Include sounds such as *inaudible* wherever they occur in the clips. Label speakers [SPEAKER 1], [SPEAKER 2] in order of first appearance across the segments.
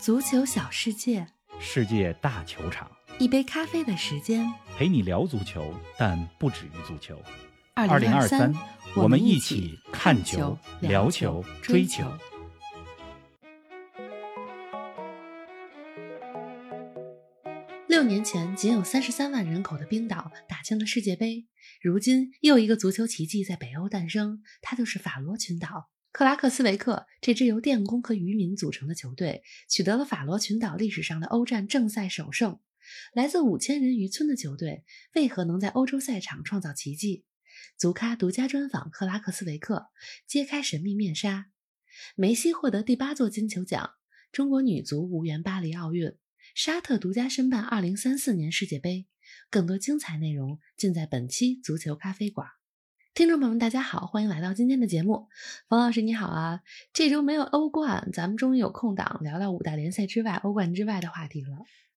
[SPEAKER 1] 足球小世界，
[SPEAKER 2] 世界大球场，
[SPEAKER 1] 一杯咖啡的时间。
[SPEAKER 2] 陪你聊足球，但不止于足球。
[SPEAKER 1] 二零二
[SPEAKER 2] 2023
[SPEAKER 1] 三，
[SPEAKER 2] 我们一起看球、聊球、追球。
[SPEAKER 1] 六年前，仅有三十三万人口的冰岛打进了世界杯。如今，又一个足球奇迹在北欧诞生，它就是法罗群岛。克拉克斯维克这支由电工和渔民组成的球队，取得了法罗群岛历史上的欧战正赛首胜。来自五千人渔村的球队，为何能在欧洲赛场创造奇迹？足咖独家专访克拉克斯维克，揭开神秘面纱。梅西获得第八座金球奖，中国女足无缘巴黎奥运，沙特独家申办2034年世界杯。更多精彩内容尽在本期足球咖啡馆。听众朋友们，大家好，欢迎来到今天的节目。冯老师你好啊，这周没有欧冠，咱们终于有空档聊聊五大联赛之外、欧冠之外的话题了。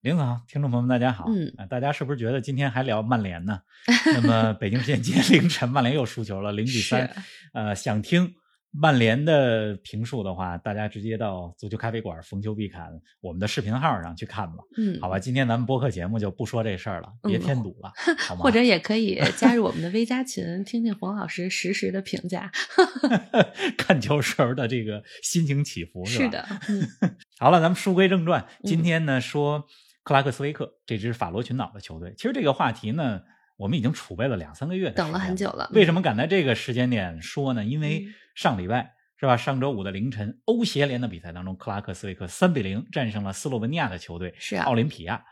[SPEAKER 2] 领导，听众朋友们，大家好。
[SPEAKER 1] 嗯
[SPEAKER 2] 啊，大家是不是觉得今天还聊曼联呢？ *laughs* 那么北京时间今天凌晨，曼联又输球了，零比三。呃，想听曼联的评述的话，大家直接到足球咖啡馆逢球必看我们的视频号上去看吧。
[SPEAKER 1] 嗯，
[SPEAKER 2] 好吧，今天咱们播客节目就不说这事儿了，别
[SPEAKER 1] 嗯
[SPEAKER 2] 添堵了，好吗？
[SPEAKER 1] 或者也可以加入我们的微加群，听听冯老师实时的评价。
[SPEAKER 2] *laughs* 看球时候的这个心情起伏吧？
[SPEAKER 1] 是的，嗯
[SPEAKER 2] 好了，咱们书归正传，今天呢、说克拉克斯维克这支法罗群岛的球队。其实这个话题呢，我们已经储备了两三个
[SPEAKER 1] *laughs*
[SPEAKER 2] 月，
[SPEAKER 1] 等了很。久了。
[SPEAKER 2] 为什么赶在这个时间点说呢？因为
[SPEAKER 1] 嗯
[SPEAKER 2] 上礼拜、是吧？上周五的凌晨，欧协联的比赛当中，克拉克斯维克三比零战胜了斯洛文尼亚的球队
[SPEAKER 1] 是啊
[SPEAKER 2] 奥林匹亚。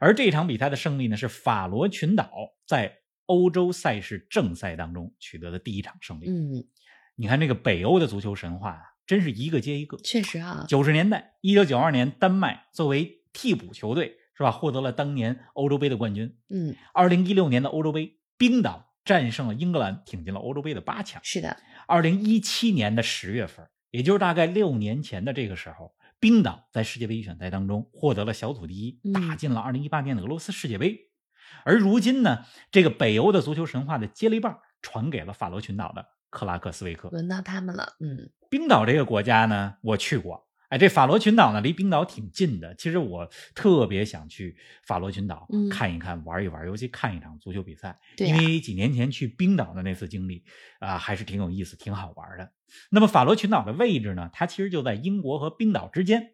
[SPEAKER 2] 而这场比赛的胜利呢，是法罗群岛在欧洲赛事正赛当中取得的第一场胜利。
[SPEAKER 1] 嗯，
[SPEAKER 2] 你看这个北欧的足球神话啊，真是一个接一个。
[SPEAKER 1] 确实啊，
[SPEAKER 2] 九十年代，一九九二年，丹麦作为替补球队是吧，获得了当年欧洲杯的冠军。
[SPEAKER 1] 嗯，
[SPEAKER 2] 二零一六年的欧洲杯，冰岛战胜了英格兰，挺进了欧洲杯的八强。
[SPEAKER 1] 是的，
[SPEAKER 2] 二零一七年的十月份，也就是大概六年前的这个时候，冰岛在世界杯预选赛当中获得了小组第一，
[SPEAKER 1] 嗯
[SPEAKER 2] 打进了二零一八年的俄罗斯世界杯。而如今呢，这个北欧的足球神话的接力棒传给了法罗群岛的克拉克斯维克。
[SPEAKER 1] 轮到他们了。嗯
[SPEAKER 2] 冰岛这个国家呢，我去过。哎，这法罗群岛呢，离冰岛挺近的。其实我特别想去法罗群岛
[SPEAKER 1] 嗯
[SPEAKER 2] 看一看、玩一玩，尤其看一场足球比赛。
[SPEAKER 1] 对
[SPEAKER 2] 因
[SPEAKER 1] 啊
[SPEAKER 2] 为几年前去冰岛的那次经历啊、还是挺有意思、挺好玩的。那么法罗群岛的位置呢，它其实就在英国和冰岛之间。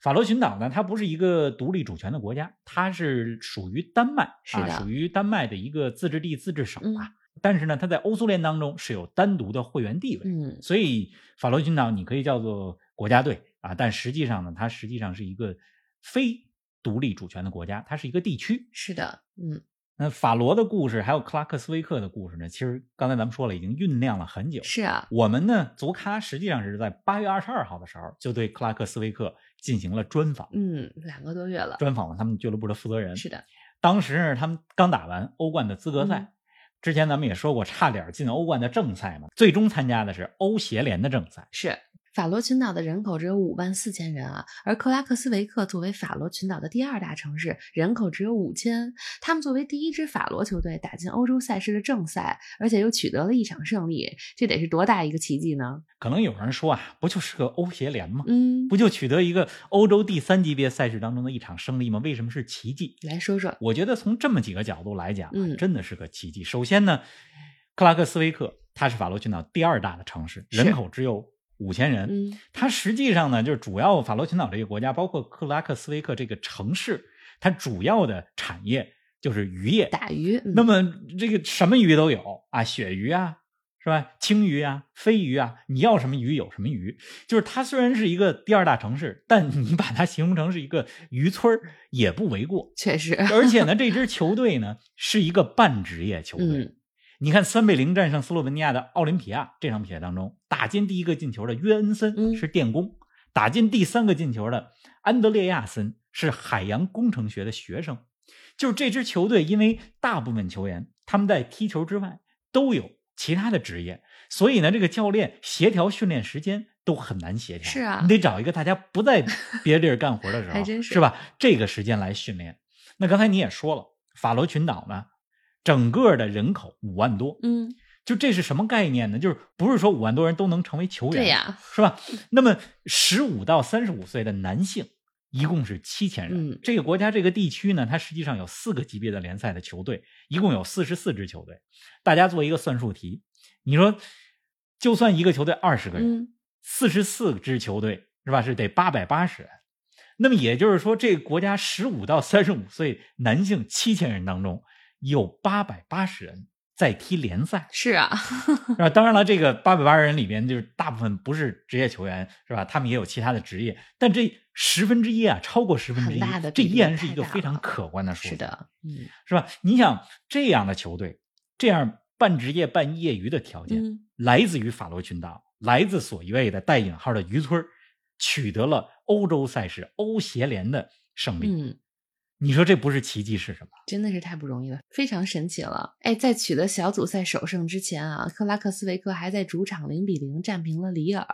[SPEAKER 2] 法罗群岛呢，它不是一个独立主权的国家，它是属于丹麦
[SPEAKER 1] 是的
[SPEAKER 2] 啊，属于丹麦的一个自治地、自治省
[SPEAKER 1] 嗯
[SPEAKER 2] 啊。但是呢，它在欧足联当中是有单独的会员地位。
[SPEAKER 1] 嗯，
[SPEAKER 2] 所以法罗群岛你可以叫做国家队啊，但实际上呢，它实际上是一个非独立主权的国家，它是一个地区。
[SPEAKER 1] 是的，嗯，
[SPEAKER 2] 那法罗的故事，还有克拉克斯维克的故事呢，其实刚才咱们说了，已经酝酿了很久。
[SPEAKER 1] 是啊，
[SPEAKER 2] 我们呢，足咖实际上是在八月二十二号的时候就对克拉克斯维克进行了专访，
[SPEAKER 1] 嗯，两个多月了。
[SPEAKER 2] 专访了他们俱乐部的负责人。
[SPEAKER 1] 是的，
[SPEAKER 2] 当时他们刚打完欧冠的资格赛，
[SPEAKER 1] 嗯
[SPEAKER 2] 之前咱们也说过，差点进欧冠的正赛嘛，最终参加的是欧协联的正赛。
[SPEAKER 1] 是。法罗群岛的人口只有五万四千人啊，而克拉克斯维克作为法罗群岛的第二大城市，人口只有五千。他们作为第一支法罗球队打进欧洲赛事的正赛，而且又取得了一场胜利，这得是多大一个奇迹呢？
[SPEAKER 2] 可能有人说啊，不就是个欧协联吗？
[SPEAKER 1] 嗯，
[SPEAKER 2] 不就取得一个欧洲第三级别赛事当中的一场胜利吗？为什么是奇迹？
[SPEAKER 1] 来说说，
[SPEAKER 2] 我觉得从这么几个角度来讲、啊，
[SPEAKER 1] 嗯
[SPEAKER 2] 真的是个奇迹。首先呢，克拉克斯维克它是法罗群岛第二大的城市，
[SPEAKER 1] 是
[SPEAKER 2] 人口只有五千人。
[SPEAKER 1] 嗯，
[SPEAKER 2] 它实际上呢，就是主要法罗群岛这个国家，包括克拉克斯维克这个城市，它主要的产业就是渔业。
[SPEAKER 1] 打鱼，嗯。
[SPEAKER 2] 那么这个什么鱼都有啊，鳕鱼啊，是吧？青鱼啊，飞鱼啊，你要什么鱼有什么鱼。就是它虽然是一个第二大城市，但你把它形容成是一个渔村儿也不为过
[SPEAKER 1] 确实，
[SPEAKER 2] 而且呢，这支球队呢是一个半职业球队。
[SPEAKER 1] 嗯
[SPEAKER 2] 你看，三比零战胜斯洛文尼亚的奥林匹亚这场比赛当中，打进第一个进球的约恩
[SPEAKER 1] 嗯
[SPEAKER 2] 森是电工，打进第三个进球的安德烈亚森是海洋工程学的学生。就是这支球队，因为大部分球员他们在踢球之外都有其他的职业，所以呢，这个教练协调训练时间都很难协调。
[SPEAKER 1] 是啊
[SPEAKER 2] 你得找一个大家
[SPEAKER 1] *laughs*
[SPEAKER 2] 不在别的地儿干活的时候，
[SPEAKER 1] 还真是
[SPEAKER 2] 是吧？这个时间来训练。那刚才你也说了，法罗群岛呢，整个的人口五万多，
[SPEAKER 1] 嗯，
[SPEAKER 2] 就这是什么概念呢？就是不是说五万多人都能成为球员，
[SPEAKER 1] 对呀，
[SPEAKER 2] 是吧？那么十五到三十五岁的男性一共是七千人。
[SPEAKER 1] 嗯
[SPEAKER 2] 这个国家这个地区呢，它实际上有四个级别的联赛的球队，一共有四十四支球队。大家做一个算术题，你说，就算一个球队二十个人，
[SPEAKER 1] 嗯，，
[SPEAKER 2] 四十四支球队是吧？是得八百八十人。那么也就是说，这个国家十五到三十五岁男性七千人当中，有八百八十人在踢联赛
[SPEAKER 1] *laughs* 是啊，
[SPEAKER 2] 是吧？当然了，这个八百八十人里面，就是大部分不是职业球员，是吧？他们也有其他的职业，但这十分之一啊，超过十分之
[SPEAKER 1] 很
[SPEAKER 2] 一
[SPEAKER 1] 大的，
[SPEAKER 2] 这
[SPEAKER 1] 比例
[SPEAKER 2] 依然是一
[SPEAKER 1] 太
[SPEAKER 2] 个
[SPEAKER 1] 大
[SPEAKER 2] 非常
[SPEAKER 1] 了
[SPEAKER 2] 可观的数字。
[SPEAKER 1] 是的，嗯
[SPEAKER 2] 是吧？你想这样的球队，这样半职业半业余的条件，
[SPEAKER 1] 嗯
[SPEAKER 2] 来自于法罗群岛，来自所谓的带引号的渔村儿，取得了欧洲赛事欧协联的胜利。
[SPEAKER 1] 嗯，
[SPEAKER 2] 你说这不是奇迹是什么？
[SPEAKER 1] 真的是太不容易了，非常神奇了。哎，在取得小组赛首胜之前啊，克拉克斯维克还在主场零比零战平了里尔，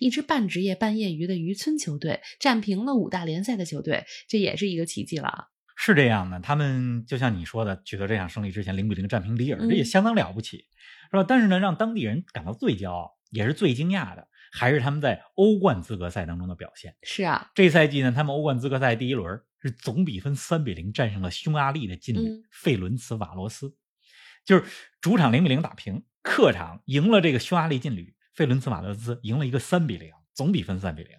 [SPEAKER 1] 一支半职业半业余的渔村球队战平了五大联赛的球队，这也是一个奇迹了。
[SPEAKER 2] 是这样的，他们就像你说的，取得这场胜利之前零比零战平里尔，
[SPEAKER 1] 嗯
[SPEAKER 2] 这也相当了不起，是吧？但是呢，让当地人感到最骄傲，也是最惊讶的，还是他们在欧冠资格赛当中的表现。
[SPEAKER 1] 是啊，
[SPEAKER 2] 这赛季呢，他们欧冠资格赛第一轮是总比分三比零战胜了匈牙利的劲旅、
[SPEAKER 1] 嗯
[SPEAKER 2] 费伦茨瓦罗斯，就是主场零比零打平，客场赢了这个匈牙利劲旅费伦茨瓦罗斯，赢了一个三比零，总比分三比零。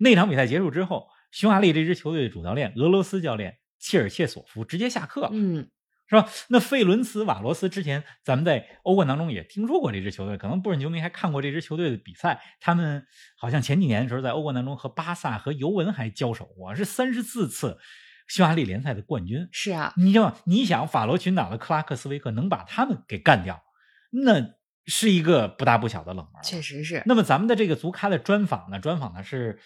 [SPEAKER 2] 那场比赛结束之后，匈牙利这支球队的主教练俄罗斯教练切尔切索夫直接下课了，
[SPEAKER 1] 嗯，
[SPEAKER 2] 是吧？那费伦茨瓦罗斯之前咱们在欧冠当中也听说过这支球队，可能部分球迷还看过这支球队的比赛。他们好像前几年的时候在欧冠当中和巴萨和尤文还交手过，是三十四次匈牙利联赛的冠军。
[SPEAKER 1] 是啊，
[SPEAKER 2] 你要你想法罗群岛的克拉克斯维克能把他们给干掉，那是一个不大不小的冷门。
[SPEAKER 1] 确实是，
[SPEAKER 2] 那么咱们的这个足咖的专访呢，专访的是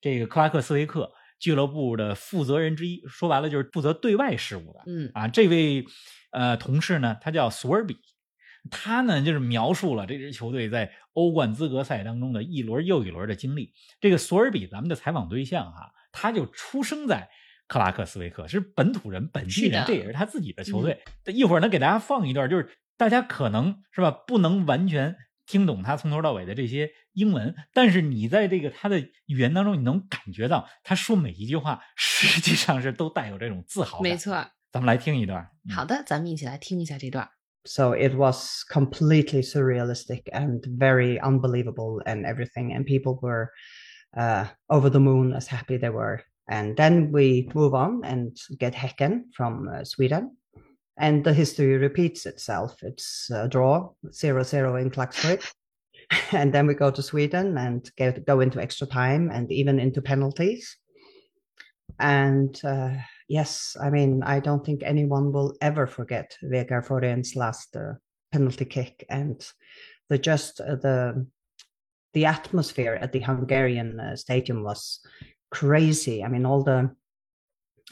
[SPEAKER 2] 这个克拉克斯维克俱乐部的负责人之一，说白了就是负责对外事务的。
[SPEAKER 1] 嗯
[SPEAKER 2] 啊，这位呃同事呢，他叫索尔比，他呢就是描述了这支球队在欧冠资格赛当中的一轮又一轮的经历。这个索尔比，咱们的采访对象哈、他就出生在。克拉克斯维克是本土人、本地
[SPEAKER 1] 是
[SPEAKER 2] 人
[SPEAKER 1] 的，嗯
[SPEAKER 2] 这也是他自己的球队。一会儿呢，给大家放一段，就是大家可能是吧，不能完全听懂他从头到尾的这些英文，但是你在这个他的语言当中，你能感觉到他说每一句话实际上是都带有这种自豪感。
[SPEAKER 1] 没错儿。
[SPEAKER 2] 咱们来听一段。嗯
[SPEAKER 1] 好的，咱们一起来听一下这段。
[SPEAKER 3] so it was completely surrealistic and very unbelievable and everything and people were uh, over the moon as happy they were and then we move on and get Häcken from uh, Sweden and the history repeats itself it's a draw 0-0 in Klaxvik *laughs* and then we go to Sweden and get, go into extra time and even into penalties and uh, yes, I mean, I don't think anyone will ever forget Vegard Foren's last uh, penalty kick and the just uh, the the atmosphere at the Hungarian uh, stadium was crazy. I mean, all the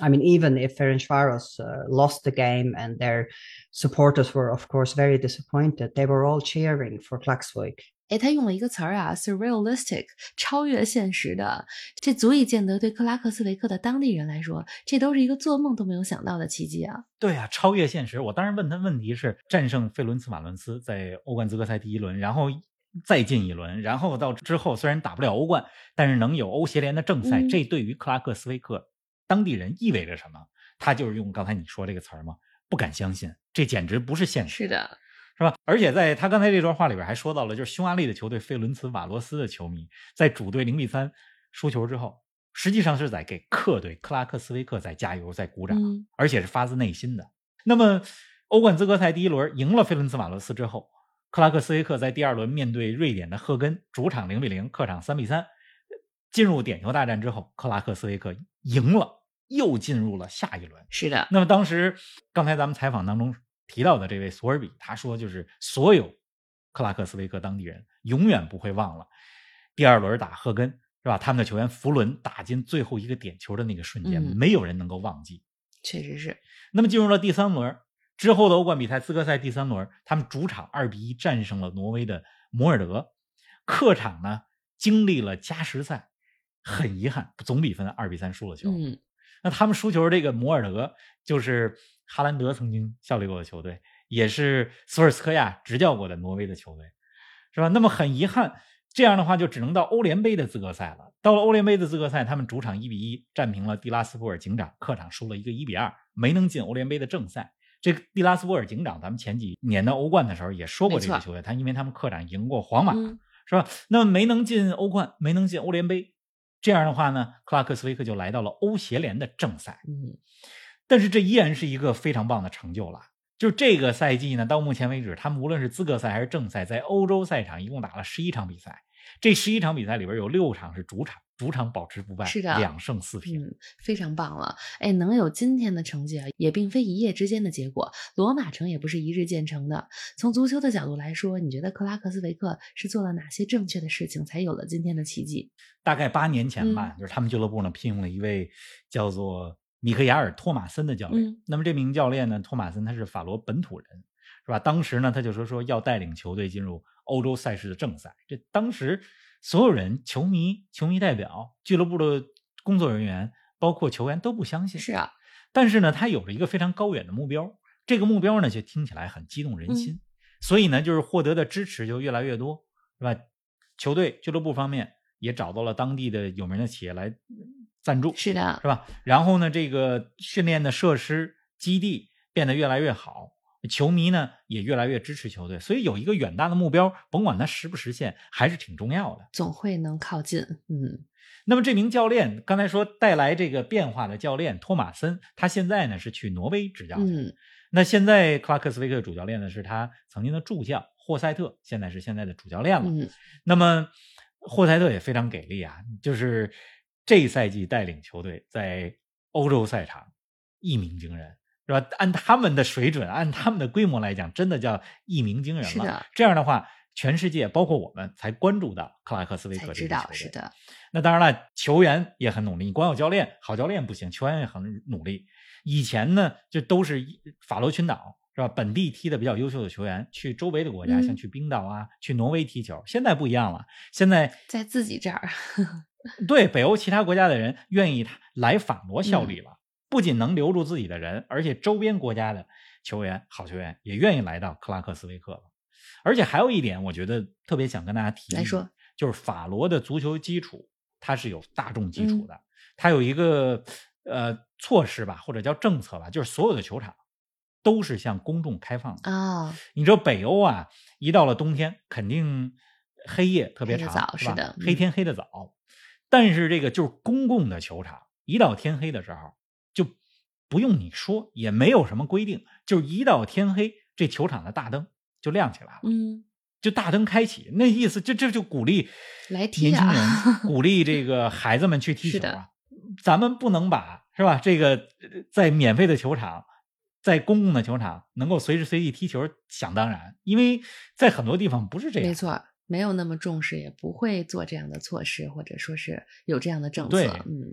[SPEAKER 3] I mean, even if Ferencvaros uh, lost the game and their supporters were, of course, very disappointed, they were all cheering for Klaxvik.
[SPEAKER 1] 哎，他用了一个词儿啊，surrealistic，超越现实的，这足以见得对克拉克斯维克的当地人来说，这都是一个做梦都没有想到的奇迹啊！
[SPEAKER 2] 对啊，超越现实。我当时问他问题是战胜费伦茨瓦伦斯在欧冠资格赛第一轮，然后再进一轮，然后到之后虽然打不了欧冠，但是能有欧协联的正赛，
[SPEAKER 1] 嗯
[SPEAKER 2] 这对于克拉克斯维克当地人意味着什么？他就是用刚才你说这个词儿嘛，不敢相信，这简直不是现实。
[SPEAKER 1] 是的，
[SPEAKER 2] 是吧？而且在他刚才这段话里边还说到了，就是匈牙利的球队费伦茨瓦罗斯的球迷在主队零比三输球之后，实际上是在给客队克拉克斯维克在加油、在鼓掌，
[SPEAKER 1] 嗯，
[SPEAKER 2] 而且是发自内心的。那么欧冠资格赛第一轮赢了费伦茨瓦罗斯之后，克拉克斯维克在第二轮面对瑞典的赫根，主场零比零，客场三比三，进入点球大战之后，克拉克斯维克赢了，又进入了下一轮。
[SPEAKER 1] 是的，
[SPEAKER 2] 那么当时刚才咱们采访当中提到的这位索尔比，他说就是所有克拉克斯维克当地人永远不会忘了第二轮打赫根是吧？他们的球员弗伦打进最后一个点球的那个瞬间，
[SPEAKER 1] 嗯
[SPEAKER 2] 没有人能够忘记。
[SPEAKER 1] 确实是，
[SPEAKER 2] 那么进入了第三轮之后的欧冠比赛资格赛第三轮，他们主场二比一战胜了挪威的摩尔德，客场呢经历了加时赛，很遗憾总比分二比三输了球。
[SPEAKER 1] 嗯，
[SPEAKER 2] 那他们输球，这个摩尔德就是哈兰德曾经效力过的球队，也是索尔斯克亚执教过的挪威的球队，是吧？那么很遗憾，这样的话，就只能到欧联杯的资格赛了。到了欧联杯的资格赛，他们主场一比一战平了蒂拉斯波尔警长，客场输了一个一比二，没能进欧联杯的正赛。这个蒂拉斯波尔警长，咱们前几年的欧冠的时候也说过这
[SPEAKER 1] 没
[SPEAKER 2] 支
[SPEAKER 1] 错
[SPEAKER 2] 球队，他因为他们客场赢过皇马，
[SPEAKER 1] 嗯，
[SPEAKER 2] 是吧？那么没能进欧冠，没能进欧联杯，这样的话呢，克拉克斯维克就来到了欧协联的正赛。
[SPEAKER 1] 嗯
[SPEAKER 2] 但是这依然是一个非常棒的成就了。就这个赛季呢，到目前为止，他们无论是资格赛还是正赛，在欧洲赛场一共打了十一场比赛。这十一场比赛里边有六场是主场，主场保持不败，
[SPEAKER 1] 是的
[SPEAKER 2] 两胜四平。
[SPEAKER 1] 嗯，非常棒了！哎，能有今天的成绩啊，也并非一夜之间的结果。罗马城也不是一日建成的。从足球的角度来说，你觉得克拉克斯维克是做了哪些正确的事情，才有了今天的奇迹？
[SPEAKER 2] 大概八年
[SPEAKER 1] 嗯
[SPEAKER 2] 前吧，就是他们俱乐部呢聘用了一位叫做米克雅尔·托马森的教练。
[SPEAKER 1] 嗯
[SPEAKER 2] 那么这名教练呢，托马森他是法罗本土人，是吧？当时呢，他就说说要带领球队进入欧洲赛事的正赛。这当时所有人、球迷、球迷代表、俱乐部的工作人员，包括球员都不相信。
[SPEAKER 1] 是啊，
[SPEAKER 2] 但是呢，他有了一个非常高远的目标，这个目标呢，却听起来很激动人心，所以呢，就是获得的支持就越来越多，是吧？球队、俱乐部方面也找到了当地的有名的企业来赞助，
[SPEAKER 1] 是的
[SPEAKER 2] 是，吧？然后呢，这个训练的设施、基地变得越来越好，球迷呢也越来越支持球队，所以有一个远大的目标，甭管它实不实现，还是挺重要的。
[SPEAKER 1] 总会能靠近。嗯
[SPEAKER 2] 那么这名教练刚才说带来这个变化的教练托马森，他现在呢是去挪威执教去了。
[SPEAKER 1] 嗯，
[SPEAKER 2] 那现在克拉克斯维克主教练呢是他曾经的助教霍塞特，现在是现在的主教练了。
[SPEAKER 1] 嗯，
[SPEAKER 2] 那么霍塞特也非常给力啊，就是这一赛季带领球队在欧洲赛场一鸣惊人，是吧？按他们的水准，按他们的规模来讲，真的叫一鸣惊人了。
[SPEAKER 1] 是的
[SPEAKER 2] 这样的话，全世界包括我们才关注到克拉克斯维克
[SPEAKER 1] 才
[SPEAKER 2] 这
[SPEAKER 1] 知
[SPEAKER 2] 支
[SPEAKER 1] 道
[SPEAKER 2] 球队
[SPEAKER 1] 是的，
[SPEAKER 2] 那当然了，球员也很努力，你光有教练，好教练不行，球员也很努力。以前呢，就都是一法罗群岛是吧？本地踢的比较优秀的球员去周围的国家，
[SPEAKER 1] 嗯
[SPEAKER 2] 像去冰岛啊、去挪威踢球。现在不一样了，现在
[SPEAKER 1] 在自己这儿， *laughs*
[SPEAKER 2] 对北欧其他国家的人愿意他来法国
[SPEAKER 1] 嗯
[SPEAKER 2] 效力了，不仅能留住自己的人，而且周边国家的球员、好球员也愿意来到克拉克斯维克了。而且还有一点，我觉得特别想跟大家提
[SPEAKER 1] 来说，
[SPEAKER 2] 就是法罗的足球基础它是有大众基
[SPEAKER 1] 嗯
[SPEAKER 2] 础的，它有一个呃措施吧，或者叫政策吧，就是所有的球场都是向公众开放的。
[SPEAKER 1] 啊、
[SPEAKER 2] 你知道北欧啊，一到了冬天，肯定黑夜特别
[SPEAKER 1] 黑得
[SPEAKER 2] 长，
[SPEAKER 1] 早
[SPEAKER 2] 是吧
[SPEAKER 1] 是的
[SPEAKER 2] 黑
[SPEAKER 1] 嗯
[SPEAKER 2] 天黑的早。但是这个就是公共的球场，一到天黑的时候，就不用你说，也没有什么规定，就是一到天黑，这球场的大灯就亮起来了，
[SPEAKER 1] 嗯，
[SPEAKER 2] 就大灯开启，那意思这这就鼓励
[SPEAKER 1] 来踢
[SPEAKER 2] 年轻
[SPEAKER 1] 啊， *laughs*
[SPEAKER 2] 人鼓励这个孩子们去踢
[SPEAKER 1] 是
[SPEAKER 2] 球
[SPEAKER 1] 的
[SPEAKER 2] 啊。咱们不能把是吧？这个呃在免费的球场，在公共的球场能够随时随地踢球，想当然，因为在很多地方不是这样。
[SPEAKER 1] 没，错。没有那么重视，也不会做这样的措施，或者说是有这样的政
[SPEAKER 2] 对
[SPEAKER 1] 策。嗯，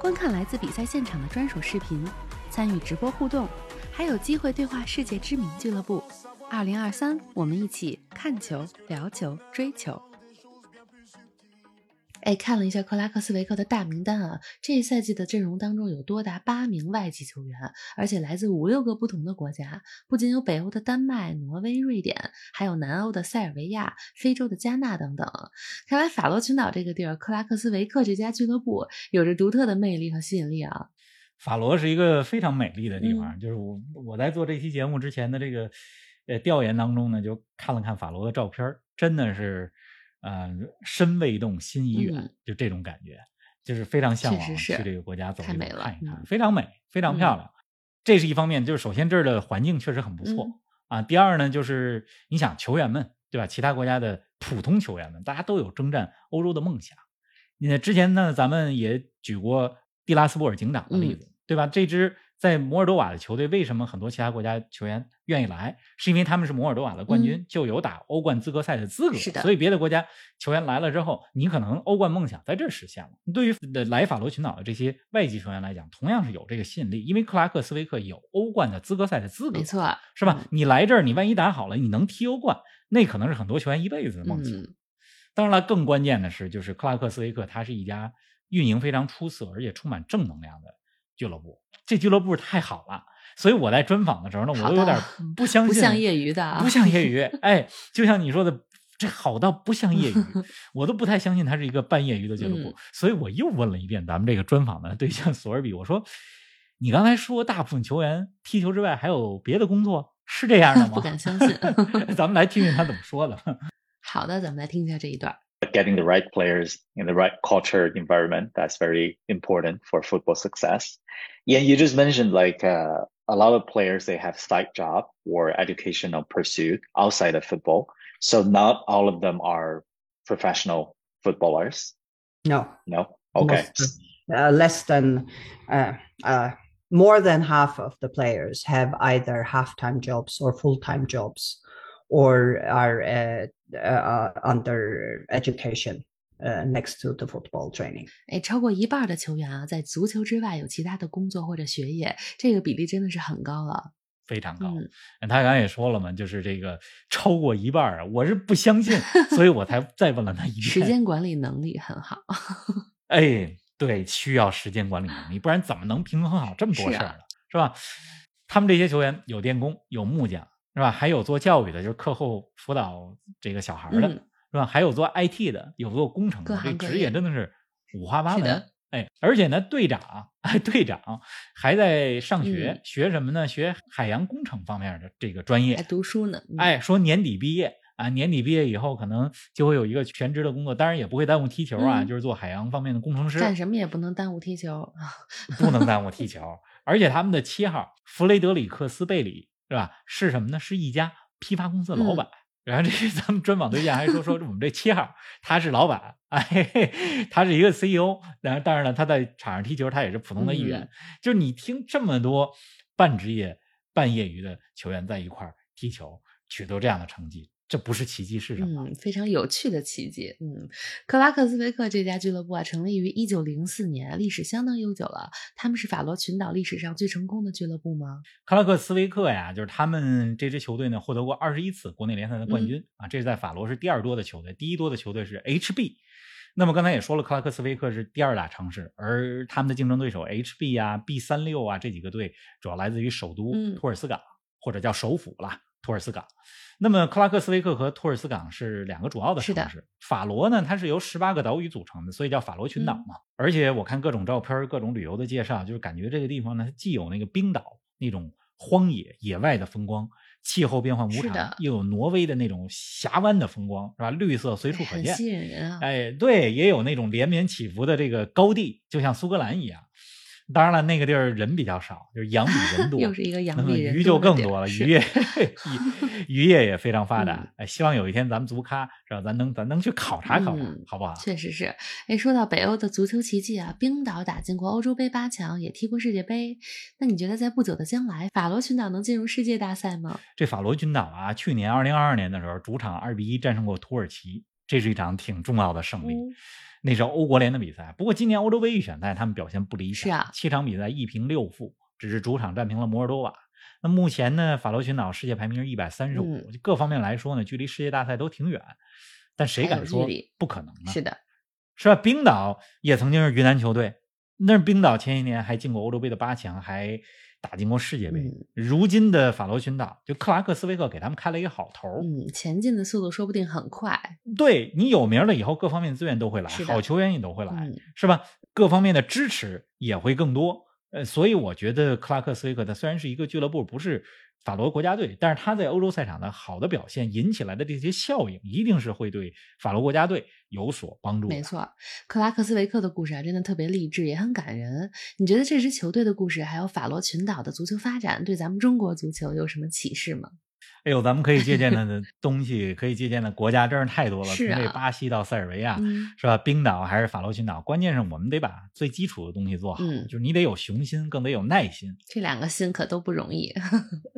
[SPEAKER 1] 观看来自比赛现场的专属视频，参与直播互动，还有机会对话世界知名俱乐部。二零二三，我们一起看球、聊球、追球。哎，看了一下克拉克斯维克的大名单啊，这一赛季的阵容当中有多达八名外籍球员，而且来自五六个不同的国家，不仅有北欧的丹麦、挪威、瑞典，还有南欧的塞尔维亚、非洲的加纳等等。看来法罗群岛这个地儿，克拉克斯维克这家俱乐部有着独特的魅力和吸引力啊。
[SPEAKER 2] 法罗是一个非常美丽的地方。
[SPEAKER 1] 嗯
[SPEAKER 2] 就是我我在做这期节目之前的这个呃调研当中呢，就看了看法罗的照片儿，真的是呃身未动心已远，
[SPEAKER 1] 嗯
[SPEAKER 2] 就这种感觉，就是非常向
[SPEAKER 1] 确
[SPEAKER 2] 往
[SPEAKER 1] 实
[SPEAKER 2] 去
[SPEAKER 1] 是
[SPEAKER 2] 这个国家走
[SPEAKER 1] 太
[SPEAKER 2] 一走
[SPEAKER 1] 美了
[SPEAKER 2] 看一看，
[SPEAKER 1] 嗯
[SPEAKER 2] 非常美，非常漂亮。这是一方面，就是首先这儿的环境确实很不错，
[SPEAKER 1] 嗯
[SPEAKER 2] 啊，第二呢，就是你想球员们对吧？其他国家的普通球员们，大家都有征战欧洲的梦想。
[SPEAKER 1] 嗯
[SPEAKER 2] 那之前呢，咱们也举过蒂拉斯波尔警长的例子，对吧？这支在摩尔多瓦的球队为什么很多其他国家球员愿意来，是因为他们是摩尔多瓦的冠军，
[SPEAKER 1] 嗯
[SPEAKER 2] 就有打欧冠资格赛的资格。
[SPEAKER 1] 是的
[SPEAKER 2] 所以别的国家球员来了之后，你可能欧冠梦想在这儿实现了。对于来法罗群岛的这些外籍球员来讲，同样是有这个吸引力，因为克拉克斯维克有欧冠的资格赛的资格，
[SPEAKER 1] 没，错，嗯
[SPEAKER 2] 是吧？你来这儿，你万一打好了，你能踢欧冠，那可能是很多球员一辈子的梦想。
[SPEAKER 1] 嗯，
[SPEAKER 2] 当然了，更关键的是，就是克拉克斯维克，它是一家运营非常出色，而且充满正能量的俱乐部。这俱乐部太好了，所以我在专访的时候呢，我
[SPEAKER 1] 好
[SPEAKER 2] 都
[SPEAKER 1] 到
[SPEAKER 2] 有点不相信，
[SPEAKER 1] 不像业余的啊
[SPEAKER 2] 不像
[SPEAKER 1] *laughs*
[SPEAKER 2] 业余。哎，就像你说的，这好到不像业余，我都不太相信它是一个半业余的俱乐部。
[SPEAKER 1] 嗯
[SPEAKER 2] 所以我又问了一遍咱们这个专访的对象索尔比，我说：“你刚才说大部分球员踢球之外还有别的工作，是这样
[SPEAKER 1] *laughs*
[SPEAKER 2] 的吗？”
[SPEAKER 1] 不敢相信
[SPEAKER 2] *laughs* 咱们来听听他怎么说的。
[SPEAKER 1] 好的，咱们来听一下这一段。
[SPEAKER 4] getting the right players in the right culture and environment that's very important for football success yeah you just mentioned like uh, a lot of players they have side job or educational pursuit outside of football so not all of them are professional footballers
[SPEAKER 3] No,
[SPEAKER 4] no okay
[SPEAKER 3] Most- uh, less than uh, uh, more than half of the players have either half-time jobs or full-time jobs or are uh, uh, under education uh, next to the football training
[SPEAKER 1] 哎，超过一半的球员啊，在足球之外有其他的工作或者学业，这个比例真的是很高了。
[SPEAKER 2] 非常高。 *laughs*
[SPEAKER 1] 嗯，
[SPEAKER 2] 他刚才也说了嘛，就是这个超过一半儿啊，我是不相信，所以我才再问了他一遍。
[SPEAKER 1] 时间管理能力很好。
[SPEAKER 2] 哎，对，需要时间管理能力，不然怎么能平衡好这么多
[SPEAKER 1] 是
[SPEAKER 2] 事
[SPEAKER 1] 啊
[SPEAKER 2] 儿呢？是吧？他们这些球员有电工，有木匠，是吧？还有做教育的，就是课后辅导这个小孩儿的，
[SPEAKER 1] 嗯
[SPEAKER 2] 是吧？还有做 IT 的，有做工程
[SPEAKER 1] 各
[SPEAKER 2] 的，这
[SPEAKER 1] 行各
[SPEAKER 2] 职业
[SPEAKER 1] 业
[SPEAKER 2] 真的是五花八
[SPEAKER 1] 是
[SPEAKER 2] 门
[SPEAKER 1] 的。
[SPEAKER 2] 哎，而且呢，队长，哎，队长还在上学，
[SPEAKER 1] 嗯
[SPEAKER 2] 学什么呢？学海洋工程方面的这个专业，
[SPEAKER 1] 还读书呢。嗯，
[SPEAKER 2] 哎，说年底毕业啊，年底毕业以后可能就会有一个全职的工作，当然也不会耽误踢球啊，
[SPEAKER 1] 嗯
[SPEAKER 2] 就是做海洋方面的工程师，
[SPEAKER 1] 干什么也不能耽误踢球。
[SPEAKER 2] 不能耽误踢球。而且他们的七号弗雷德里克斯贝里是吧？是什么呢？是一家批发公司的老板。 *laughs* 然后这个咱们专访对象还说说我们这七号他是老板，哎，嘿嘿他是一个 CEO。然后当然了，他在场上踢球，他也是普通的一员。
[SPEAKER 1] 嗯
[SPEAKER 2] 就是你听这么多半职业、半业余的球员在一块儿踢球，取得这样的成绩，这不是奇迹是什么？
[SPEAKER 1] 嗯，非常有趣的奇迹。嗯，克拉克斯维克这家俱乐部啊，成立于一九零四年，历史相当悠久了。他们是法罗群岛历史上最成功的俱乐部吗？
[SPEAKER 2] 克拉克斯维克呀，就是他们这支球队呢，获得过二十一次国内联赛的
[SPEAKER 1] 嗯
[SPEAKER 2] 冠军、啊，这是在法罗是第二多的球队，第一多的球队是 HB。那么刚才也说了，克拉克斯维克是第二大城市，而他们的竞争对手 HB 啊、B 三六啊这几个队，主要来自于首都
[SPEAKER 1] 嗯
[SPEAKER 2] 托尔斯港，或者叫首府啦，托尔斯港。那么克拉克斯维克和托尔斯港是两个主要的
[SPEAKER 1] 是的
[SPEAKER 2] 城市。法罗呢，它是由十八个岛屿组成的，所以叫法罗群岛
[SPEAKER 1] 嗯
[SPEAKER 2] 嘛。而且我看各种照片、各种旅游的介绍，就是感觉这个地方呢，它既有那个冰岛那种荒野野外的风光，气候变幻无
[SPEAKER 1] 是
[SPEAKER 2] 常
[SPEAKER 1] 的，
[SPEAKER 2] 又有挪威的那种峡湾的风光，是吧？绿色随处
[SPEAKER 1] 哎
[SPEAKER 2] 可
[SPEAKER 1] 很
[SPEAKER 2] 见，
[SPEAKER 1] 吸引人啊。
[SPEAKER 2] 哎，对，也有那种连绵起伏的这个高地，就像苏格兰一样。当然了，那个地儿人比较少，就是羊比
[SPEAKER 1] *laughs*
[SPEAKER 2] 人多，
[SPEAKER 1] 又是一个羊
[SPEAKER 2] 那么
[SPEAKER 1] 比人
[SPEAKER 2] 嗯鱼
[SPEAKER 1] 多
[SPEAKER 2] 就
[SPEAKER 1] 的
[SPEAKER 2] 更
[SPEAKER 1] 地儿
[SPEAKER 2] 多了，
[SPEAKER 1] 是 *laughs*
[SPEAKER 2] 渔业渔渔业也非常发达。
[SPEAKER 1] 嗯
[SPEAKER 2] 哎，希望有一天咱们足咖，是吧？咱能咱能去考察考察，
[SPEAKER 1] 嗯
[SPEAKER 2] 好不好？
[SPEAKER 1] 确实是，哎，说到北欧的足球奇迹啊，冰岛打进过欧洲杯八强，也踢过世界杯。那你觉得在不久的将来，法罗群岛能进入世界大赛吗？
[SPEAKER 2] 这法罗群岛啊，去年二零二二年的时候，主场二比一战胜过土耳其，这是一场挺重要的胜利。
[SPEAKER 1] 嗯
[SPEAKER 2] 那是欧国联的比赛，不过今年欧洲杯预选赛他们表现不理想，
[SPEAKER 1] 是啊
[SPEAKER 2] 七场比赛一平六负，只是主场战平了摩尔多瓦。那目前呢，法罗群岛世界排名是一百三十
[SPEAKER 1] 嗯
[SPEAKER 2] 五，各方面来说呢，距离世界大赛都挺远，但谁
[SPEAKER 1] 还有
[SPEAKER 2] 敢说
[SPEAKER 1] 距离
[SPEAKER 2] 不可能呢？
[SPEAKER 1] 是的，
[SPEAKER 2] 是吧？冰岛也曾经是云南球队，那是冰岛前些年还进过欧洲杯的八强，还打进过世界杯。
[SPEAKER 1] 嗯
[SPEAKER 2] 如今的法罗群岛，就克拉克斯维克给他们开了一个好头儿。
[SPEAKER 1] 嗯，前进的速度说不定很快。
[SPEAKER 2] 对你有名了以后，各方面资源都会来，
[SPEAKER 1] 是的
[SPEAKER 2] 好球员也都会来，
[SPEAKER 1] 嗯，
[SPEAKER 2] 是吧？各方面的支持也会更多。呃，所以我觉得克拉克斯维克它虽然是一个俱乐部，不是法罗国家队，但是他在欧洲赛场的好的表现引起来的这些效应，一定是会对法罗国家队有所帮助的。
[SPEAKER 1] 没错，克拉克斯维克的故事啊，真的特别励志，也很感人。你觉得这支球队的故事，还有法罗群岛的足球发展，对咱们中国足球有什么启示吗？
[SPEAKER 2] 哎呦，咱们可以借鉴
[SPEAKER 1] *laughs*
[SPEAKER 2] 的东西，可以借鉴的国家真是太多了，
[SPEAKER 1] 是
[SPEAKER 2] 从这
[SPEAKER 1] 啊
[SPEAKER 2] 巴西到塞尔维亚，
[SPEAKER 1] 嗯，
[SPEAKER 2] 是吧？冰岛还是法罗群岛，关键是我们得把最基础的东西做好，
[SPEAKER 1] 嗯
[SPEAKER 2] 就是你得有雄心，更得有耐心，
[SPEAKER 1] 这两个心可都不容易。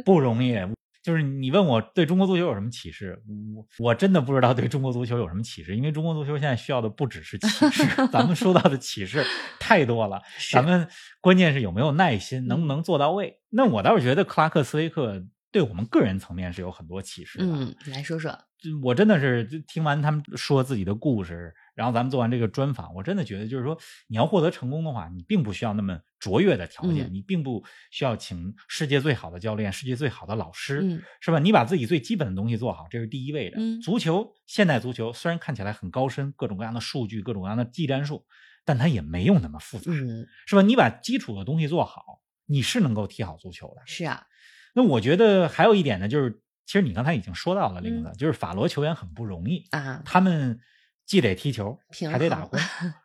[SPEAKER 2] 不容易。就是你问我对中国足球有什么启示，我我真的不知道对中国足球有什么启示，因为中国足球现在需要的不只是启示， *laughs* 咱们说到的启示太多了。
[SPEAKER 1] *laughs* 是嗯
[SPEAKER 2] 咱们关键是有没有耐心，能不能做到位？那我倒是觉得克拉克斯威克对我们个人层面是有很多启示的。
[SPEAKER 1] 嗯，你来说说，
[SPEAKER 2] 就我真的是就听完他们说自己的故事，然后咱们做完这个专访，我真的觉得就是说，你要获得成功的话，你并不需要那么卓越的条件，
[SPEAKER 1] 嗯
[SPEAKER 2] 你并不需要请世界最好的教练、世界最好的老师，
[SPEAKER 1] 嗯
[SPEAKER 2] 是吧？你把自己最基本的东西做好，这是第一位的。
[SPEAKER 1] 嗯
[SPEAKER 2] 足球，现代足球虽然看起来很高深，各种各样的数据、各种各样的技战术，但它也没有那么复杂，
[SPEAKER 1] 嗯，
[SPEAKER 2] 是吧？你把基础的东西做好，你是能够踢好足球的。
[SPEAKER 1] 是啊，
[SPEAKER 2] 那我觉得还有一点呢，就是其实你刚才已经说到了，林子、
[SPEAKER 1] 嗯
[SPEAKER 2] 就是法罗球员很不容易，
[SPEAKER 1] 啊，
[SPEAKER 2] 他们既得踢球，
[SPEAKER 1] 平
[SPEAKER 2] 还得打
[SPEAKER 1] 衡
[SPEAKER 2] 工，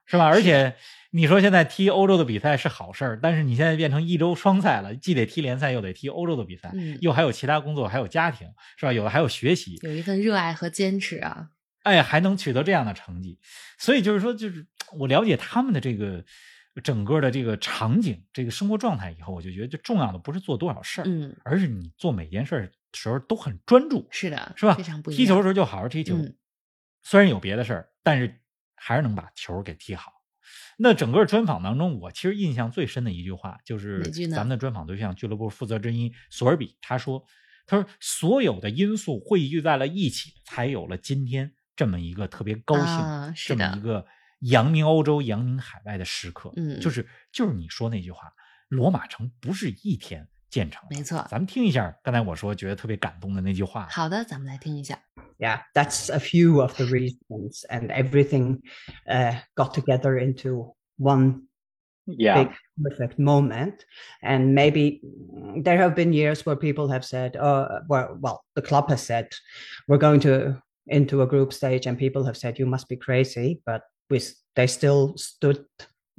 [SPEAKER 2] 是吧？而且你说现在踢欧洲的比赛是好事儿，但是你现在变成一周双赛了，既得踢联赛，又得踢欧洲的比赛，
[SPEAKER 1] 嗯
[SPEAKER 2] 又还有其他工作，还有家庭，是吧？有的还有学习，
[SPEAKER 1] 有一份热爱和坚持啊。
[SPEAKER 2] 哎，还能取得这样的成绩，所以就是说，就是我了解他们的这个整个的这个场景、这个生活状态以后，我就觉得，就重要的不是做多少事儿，
[SPEAKER 1] 嗯，
[SPEAKER 2] 而是你做每件事儿时候都很专注，
[SPEAKER 1] 是的，
[SPEAKER 2] 是吧？
[SPEAKER 1] 非常不一样。
[SPEAKER 2] 踢球的时候就好好踢球，
[SPEAKER 1] 嗯
[SPEAKER 2] 虽然有别的事儿，但是还是能把球给踢好。那整个专访当中，我其实印象最深的一句话就是
[SPEAKER 1] 哪句呢
[SPEAKER 2] 咱们的专访对象俱乐部负责之一索尔比，他说：“他说所有的因素汇聚在了一起，才有了今天这么一个特别高兴，
[SPEAKER 1] 啊是
[SPEAKER 2] 这么
[SPEAKER 1] 的
[SPEAKER 2] 一个扬名欧洲、扬名海外的时刻。
[SPEAKER 1] 嗯
[SPEAKER 2] 就是就是你说那句话，罗马城不是一天建成的，
[SPEAKER 1] 没错
[SPEAKER 2] 咱们听一下刚才我说觉得特别感动的那句话。
[SPEAKER 1] 好的，咱们来听一下。
[SPEAKER 3] yeah, that's a few of the reasons, and everything uh, got together into one
[SPEAKER 4] Yeah.
[SPEAKER 3] big perfect moment. And maybe mm, there have been years where people have said, "Oh, well, well, the club has said we're going to into a group stage," and people have said, "You must be crazy," but we s- they still stood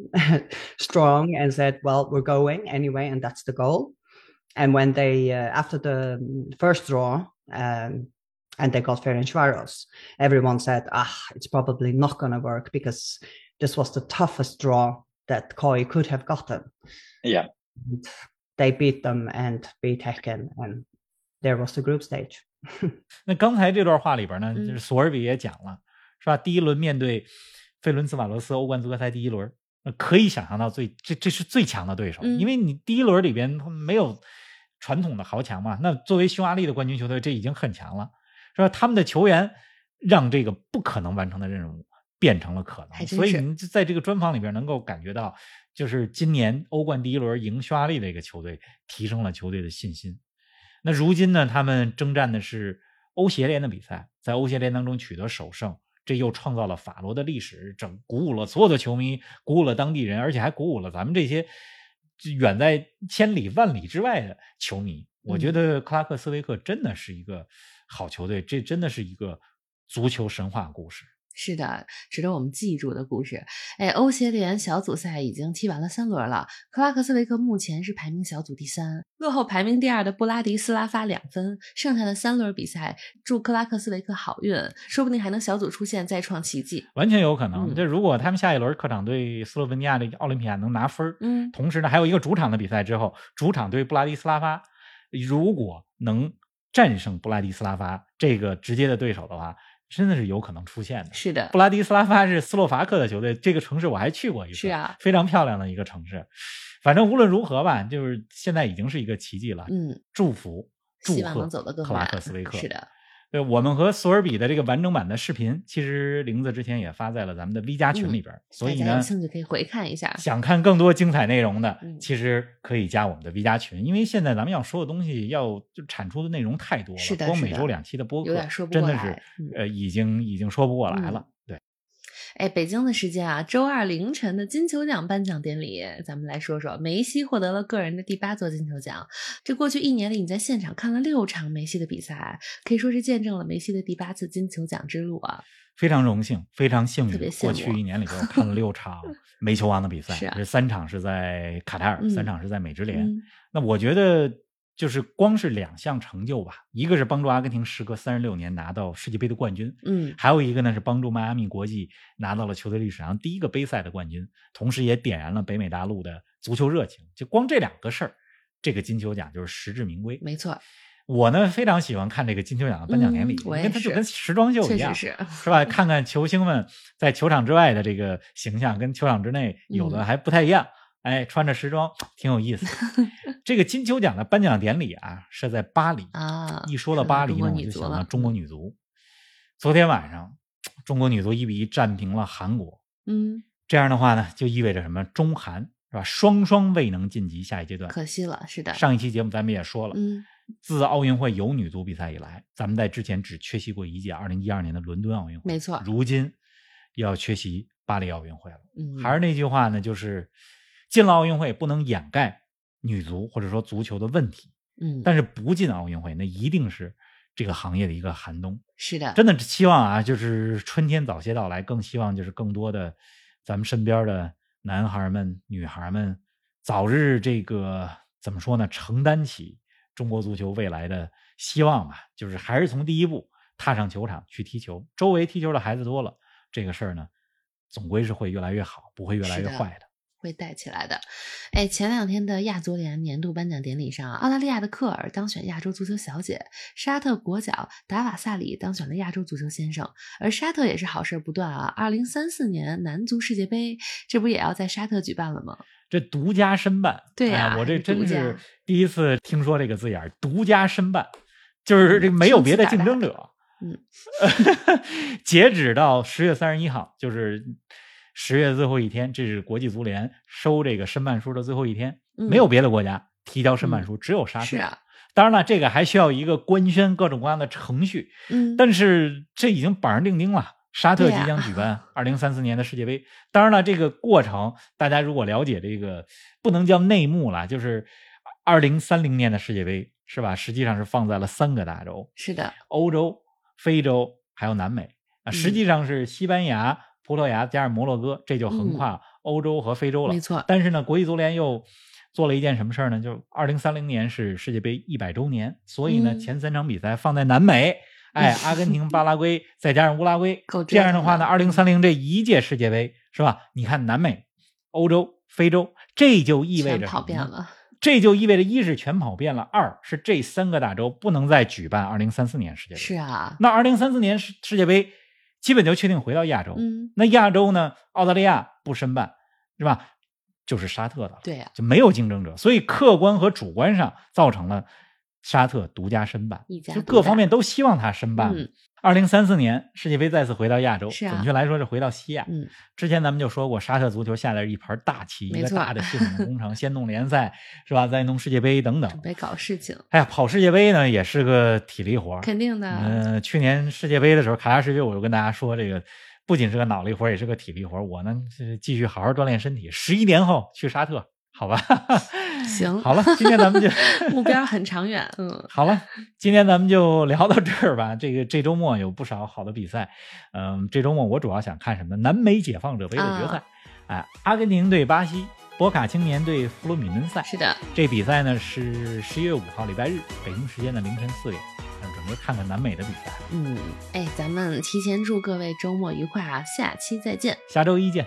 [SPEAKER 3] *laughs* strong and said, "Well, we're going anyway, and that's the goal." And when they uh, after the mm, first draw. Um, and they got Ferencvaros. Everyone said, "Ah, it's probably not going to work because this was the toughest draw that Koi could have gotten.
[SPEAKER 4] Yeah.
[SPEAKER 3] And they beat them and beat Hecken, and there was the group stage.
[SPEAKER 2] 那刚才这段话里边呢，
[SPEAKER 1] 嗯
[SPEAKER 2] 就是索尔比也讲了，是吧？第一轮面对费伦茨瓦罗斯欧冠资格赛第一轮，那可以想象到最这这是最强的对手，
[SPEAKER 1] 嗯
[SPEAKER 2] 因为你第一轮里边他没有传统的豪强嘛。那作为匈牙利的冠军球队，这已经很强了，是吧？他们的球员让这个不可能完成的任务变成了可
[SPEAKER 1] 还
[SPEAKER 2] 能，
[SPEAKER 1] 真
[SPEAKER 2] 所以
[SPEAKER 1] 是
[SPEAKER 2] 您就在这个专访里边能够感觉到，就是今年欧冠第一轮赢匈牙利这个球队提升了球队的信心。那如今呢，他们征战的是欧协联的比赛，在欧协联当中取得首胜，这又创造了法罗的历史，整鼓舞了所有的球迷，鼓舞了当地人，而且还鼓舞了咱们这些远在千里万里之外的球迷。我
[SPEAKER 1] 嗯
[SPEAKER 2] 觉得克拉克斯维克真的是一个好球队，这真的是一个足球神话故事。
[SPEAKER 1] 是的，值得我们记住的故事。哎，欧协联小组赛已经踢完了三轮了，克拉克斯维克目前是排名小组第三，落后排名第二的布拉迪斯拉发两分。剩下的三轮比赛，祝克拉克斯维克好运，说不定还能小组出线，再创奇迹。
[SPEAKER 2] 完全有可能。
[SPEAKER 1] 嗯
[SPEAKER 2] 这如果他们下一轮客场对斯洛文尼亚的奥林匹亚能拿分儿
[SPEAKER 1] 嗯
[SPEAKER 2] 同时呢还有一个主场的比赛之后，主场对布拉迪斯拉发，如果能战胜布拉迪斯拉发这个直接的对手的话，真的是有可能出现的。
[SPEAKER 1] 是的
[SPEAKER 2] 布，拉迪斯拉发是斯洛伐克的球队，这个城市我还去过一次，
[SPEAKER 1] 是啊
[SPEAKER 2] 非常漂亮的一个城市。反正无论如何吧，就是现在已经是一个奇迹了。
[SPEAKER 1] 嗯，
[SPEAKER 2] 祝福，祝
[SPEAKER 1] 希
[SPEAKER 2] 贺
[SPEAKER 1] 望能走得更
[SPEAKER 2] 克拉
[SPEAKER 1] 远。
[SPEAKER 2] 克斯维克。
[SPEAKER 1] 是的，
[SPEAKER 2] 对，我们和索尔比的这个完整版的视频，其实玲子之前也发在了咱们的 V 加群里边儿，所以
[SPEAKER 1] 嗯大家有
[SPEAKER 2] 呢，
[SPEAKER 1] 兴趣可以回看一下。
[SPEAKER 2] 想看更多精彩内容的
[SPEAKER 1] 啊嗯，
[SPEAKER 2] 其实可以加我们的 V 加群，因为现在咱们要说的东西，要就产出的内容太多了，
[SPEAKER 1] 是的
[SPEAKER 2] 光
[SPEAKER 1] 是
[SPEAKER 2] 每
[SPEAKER 1] 的
[SPEAKER 2] 周两期的播
[SPEAKER 1] 有
[SPEAKER 2] 客
[SPEAKER 1] 点说，不
[SPEAKER 2] 真
[SPEAKER 1] 过
[SPEAKER 2] 的
[SPEAKER 1] 来
[SPEAKER 2] 是
[SPEAKER 1] 嗯
[SPEAKER 2] 呃，已经已经说不过来了。对，
[SPEAKER 1] 哎，北京的时间啊，周二凌晨的金球奖颁奖典礼，咱们来说说梅西获得了个人的第八座金球奖。这过去一年里，你在现场看了六场梅西的比赛，可以说是见证了梅西的第八次金球奖之路啊。
[SPEAKER 2] 非常荣幸，非常幸
[SPEAKER 1] 特别
[SPEAKER 2] 运，
[SPEAKER 1] 羡
[SPEAKER 2] 过
[SPEAKER 1] 慕
[SPEAKER 2] 去一年里边我看了
[SPEAKER 1] *laughs*
[SPEAKER 2] 六 *laughs* 场煤球王的比赛，
[SPEAKER 1] 是啊
[SPEAKER 2] 这三场是在卡塔尔，
[SPEAKER 1] 嗯
[SPEAKER 2] 三场是在美职联。
[SPEAKER 1] 嗯
[SPEAKER 2] 那我觉得就是光是两项成就吧，一个是帮助阿根廷时隔三十六年拿到世界杯的冠军，
[SPEAKER 1] 嗯，
[SPEAKER 2] 还有一个呢是帮助迈阿密国际拿到了球队历史上第一个杯赛的冠军，同时也点燃了北美大陆的足球热情。就光这两个事儿，这个金球奖就是实至名归。
[SPEAKER 1] 没错，
[SPEAKER 2] 我呢非常喜欢看这个金球奖的颁奖典礼，
[SPEAKER 1] 嗯
[SPEAKER 2] 因
[SPEAKER 1] 我也
[SPEAKER 2] 为它就是跟时装秀
[SPEAKER 1] 确
[SPEAKER 2] 一样
[SPEAKER 1] 实，是，
[SPEAKER 2] 是吧？看看球星们在球场之外的这个形象，跟球场之内有的
[SPEAKER 1] 嗯
[SPEAKER 2] 还不太一样。哎，穿着时装挺有意思
[SPEAKER 1] *laughs*
[SPEAKER 2] 的。这个金球奖的颁奖典礼啊，是在巴黎
[SPEAKER 1] 啊
[SPEAKER 2] 一说到
[SPEAKER 1] 说到
[SPEAKER 2] 巴黎
[SPEAKER 1] 中国
[SPEAKER 2] 呢，我
[SPEAKER 1] 女
[SPEAKER 2] 就
[SPEAKER 1] 足
[SPEAKER 2] 想
[SPEAKER 1] 了嗯
[SPEAKER 2] 到中国女足。昨天晚上，中国女足一比一战平了韩国。
[SPEAKER 1] 嗯，
[SPEAKER 2] 这样的话呢，就意味着什么？中韩是吧？双双未能晋级下一阶段。
[SPEAKER 1] 可惜了，是的，
[SPEAKER 2] 上一期节目咱们也说了，
[SPEAKER 1] 嗯
[SPEAKER 2] 自奥运会有女足比赛以来，咱们在之前只缺席过一届，二零一二年的伦敦奥运会。
[SPEAKER 1] 没错
[SPEAKER 2] 如今要缺席巴黎奥运会了。
[SPEAKER 1] 嗯，
[SPEAKER 2] 还是那句话呢，就是进了奥运会不能掩盖女足或者说足球的问题，
[SPEAKER 1] 嗯，
[SPEAKER 2] 但是不进奥运会，那一定是这个行业的一个寒冬。
[SPEAKER 1] 是的，
[SPEAKER 2] 真的希望啊，就是春天早些到来，更希望就是更多的咱们身边的男孩们、女孩们早日这个怎么说呢，承担起中国足球未来的希望吧。就是还是从第一步踏上球场去踢球，周围踢球的孩子多了，这个事儿呢，总归是会越来越好，不会越来
[SPEAKER 1] 是
[SPEAKER 2] 越
[SPEAKER 1] 的
[SPEAKER 2] 坏的。
[SPEAKER 1] 会带起来的。哎，前两天的亚足联年度颁奖典礼上，澳大利亚的克尔当选亚洲足球小姐，沙特国脚达瓦萨里当选了亚洲足球先生。而沙特也是好事不断啊，二零三四年男足世界杯，这不也要在沙特举办了吗？
[SPEAKER 2] 这独家申办，
[SPEAKER 1] 对
[SPEAKER 2] 哎
[SPEAKER 1] 呀
[SPEAKER 2] 我这
[SPEAKER 1] 还是独
[SPEAKER 2] 真
[SPEAKER 1] 家
[SPEAKER 2] 是第一次听说这个字眼儿“独家申办”，就是这没有别的竞争者。
[SPEAKER 1] 嗯，
[SPEAKER 2] *laughs* 截止到十月三十一号，就是十月最后一天，这是国际足联收这个申办书的最后一天，
[SPEAKER 1] 嗯
[SPEAKER 2] 没有别的国家提交申办书，只有沙特。
[SPEAKER 1] 是啊，
[SPEAKER 2] 当然了，这个还需要一个官宣各种各样的程序，
[SPEAKER 1] 嗯，
[SPEAKER 2] 但是这已经板上钉钉了。沙特
[SPEAKER 1] 对
[SPEAKER 2] 即
[SPEAKER 1] 呀
[SPEAKER 2] 将举
[SPEAKER 1] *laughs*
[SPEAKER 2] 办二零三四年的世界杯，当然了，这个过程大家如果了解这个，不能叫内幕了，就是二零三零年的世界杯是吧？实际上是放在了三个大洲：
[SPEAKER 1] 是的，
[SPEAKER 2] 欧洲、非洲还有南美
[SPEAKER 1] 嗯
[SPEAKER 2] 啊。实际上是西班牙、葡萄牙加上摩洛哥，这就横跨欧洲和非洲了。
[SPEAKER 1] 嗯没错
[SPEAKER 2] 但是呢，国际足联又做了一件什么事儿呢？就是二零三零年是世界杯一百周年，所以呢，
[SPEAKER 1] 嗯
[SPEAKER 2] 前三场比赛放在南美，哎，阿根廷、巴拉圭，再加上乌拉圭
[SPEAKER 1] 够，折
[SPEAKER 2] 这样的
[SPEAKER 1] 腾
[SPEAKER 2] 话
[SPEAKER 1] 的
[SPEAKER 2] 呢，二零三零这一届世界杯是吧？你看南美、欧洲、非洲，这就意味
[SPEAKER 1] 全
[SPEAKER 2] 着
[SPEAKER 1] 跑
[SPEAKER 2] 什么
[SPEAKER 1] 遍
[SPEAKER 2] 呢。
[SPEAKER 1] 了，
[SPEAKER 2] 这就意味着，一是全跑遍了，二是这三个大洲不能再举办二零三四年世界杯。
[SPEAKER 1] 是啊，
[SPEAKER 2] 那二零三四年世世界杯基本就确定回到亚洲。
[SPEAKER 1] 嗯，
[SPEAKER 2] 那亚洲呢？澳大利亚不申办，是吧？就是沙特的了，
[SPEAKER 1] 对呀、啊
[SPEAKER 2] 就没有竞争者，所以客观和主观上造成了沙特独家申办，
[SPEAKER 1] 一家
[SPEAKER 2] 就
[SPEAKER 1] 独
[SPEAKER 2] 各
[SPEAKER 1] 大
[SPEAKER 2] 方面都希望他申办。
[SPEAKER 1] 嗯
[SPEAKER 2] 二零三四年世界杯再次回到亚洲，
[SPEAKER 1] 是啊
[SPEAKER 2] 准确来说是回到西亚。
[SPEAKER 1] 嗯，
[SPEAKER 2] 之前咱们就说过，沙特足球下的是一盘大棋，
[SPEAKER 1] 没
[SPEAKER 2] 一个
[SPEAKER 1] 错
[SPEAKER 2] 大的系统的工程，先弄联赛是吧？再弄世界
[SPEAKER 1] *laughs*
[SPEAKER 2] 杯等
[SPEAKER 1] 准
[SPEAKER 2] 等。
[SPEAKER 1] 备搞事情，
[SPEAKER 2] 哎呀，跑世界杯呢也是个体力活儿，
[SPEAKER 1] 肯定的，
[SPEAKER 2] 嗯，去年世界杯的时候，卡扎什维我就跟大家说，这个不仅是个脑力活儿，也是个体力活儿。我呢，是继续好好锻炼身体。十一年后去沙特，好吧？ *laughs*
[SPEAKER 1] 行
[SPEAKER 2] 好了，今天咱们就
[SPEAKER 1] *laughs* 目标很长远，嗯，
[SPEAKER 2] 好了，今天咱们就聊到这儿吧。这个这周末有不少好的比赛，嗯，这周末我主要想看什么呢？南美解放者杯的
[SPEAKER 1] 啊
[SPEAKER 2] 决赛，哎、阿根廷对巴西，博卡青年对弗鲁米嫩塞。
[SPEAKER 1] 是的，
[SPEAKER 2] 这比赛呢是十一月五号礼拜日，北京时间的凌晨四点，嗯准备看看南美的比赛。
[SPEAKER 1] 嗯，哎，咱们提前祝各位周末愉快啊，下期再见。
[SPEAKER 2] 下周一见。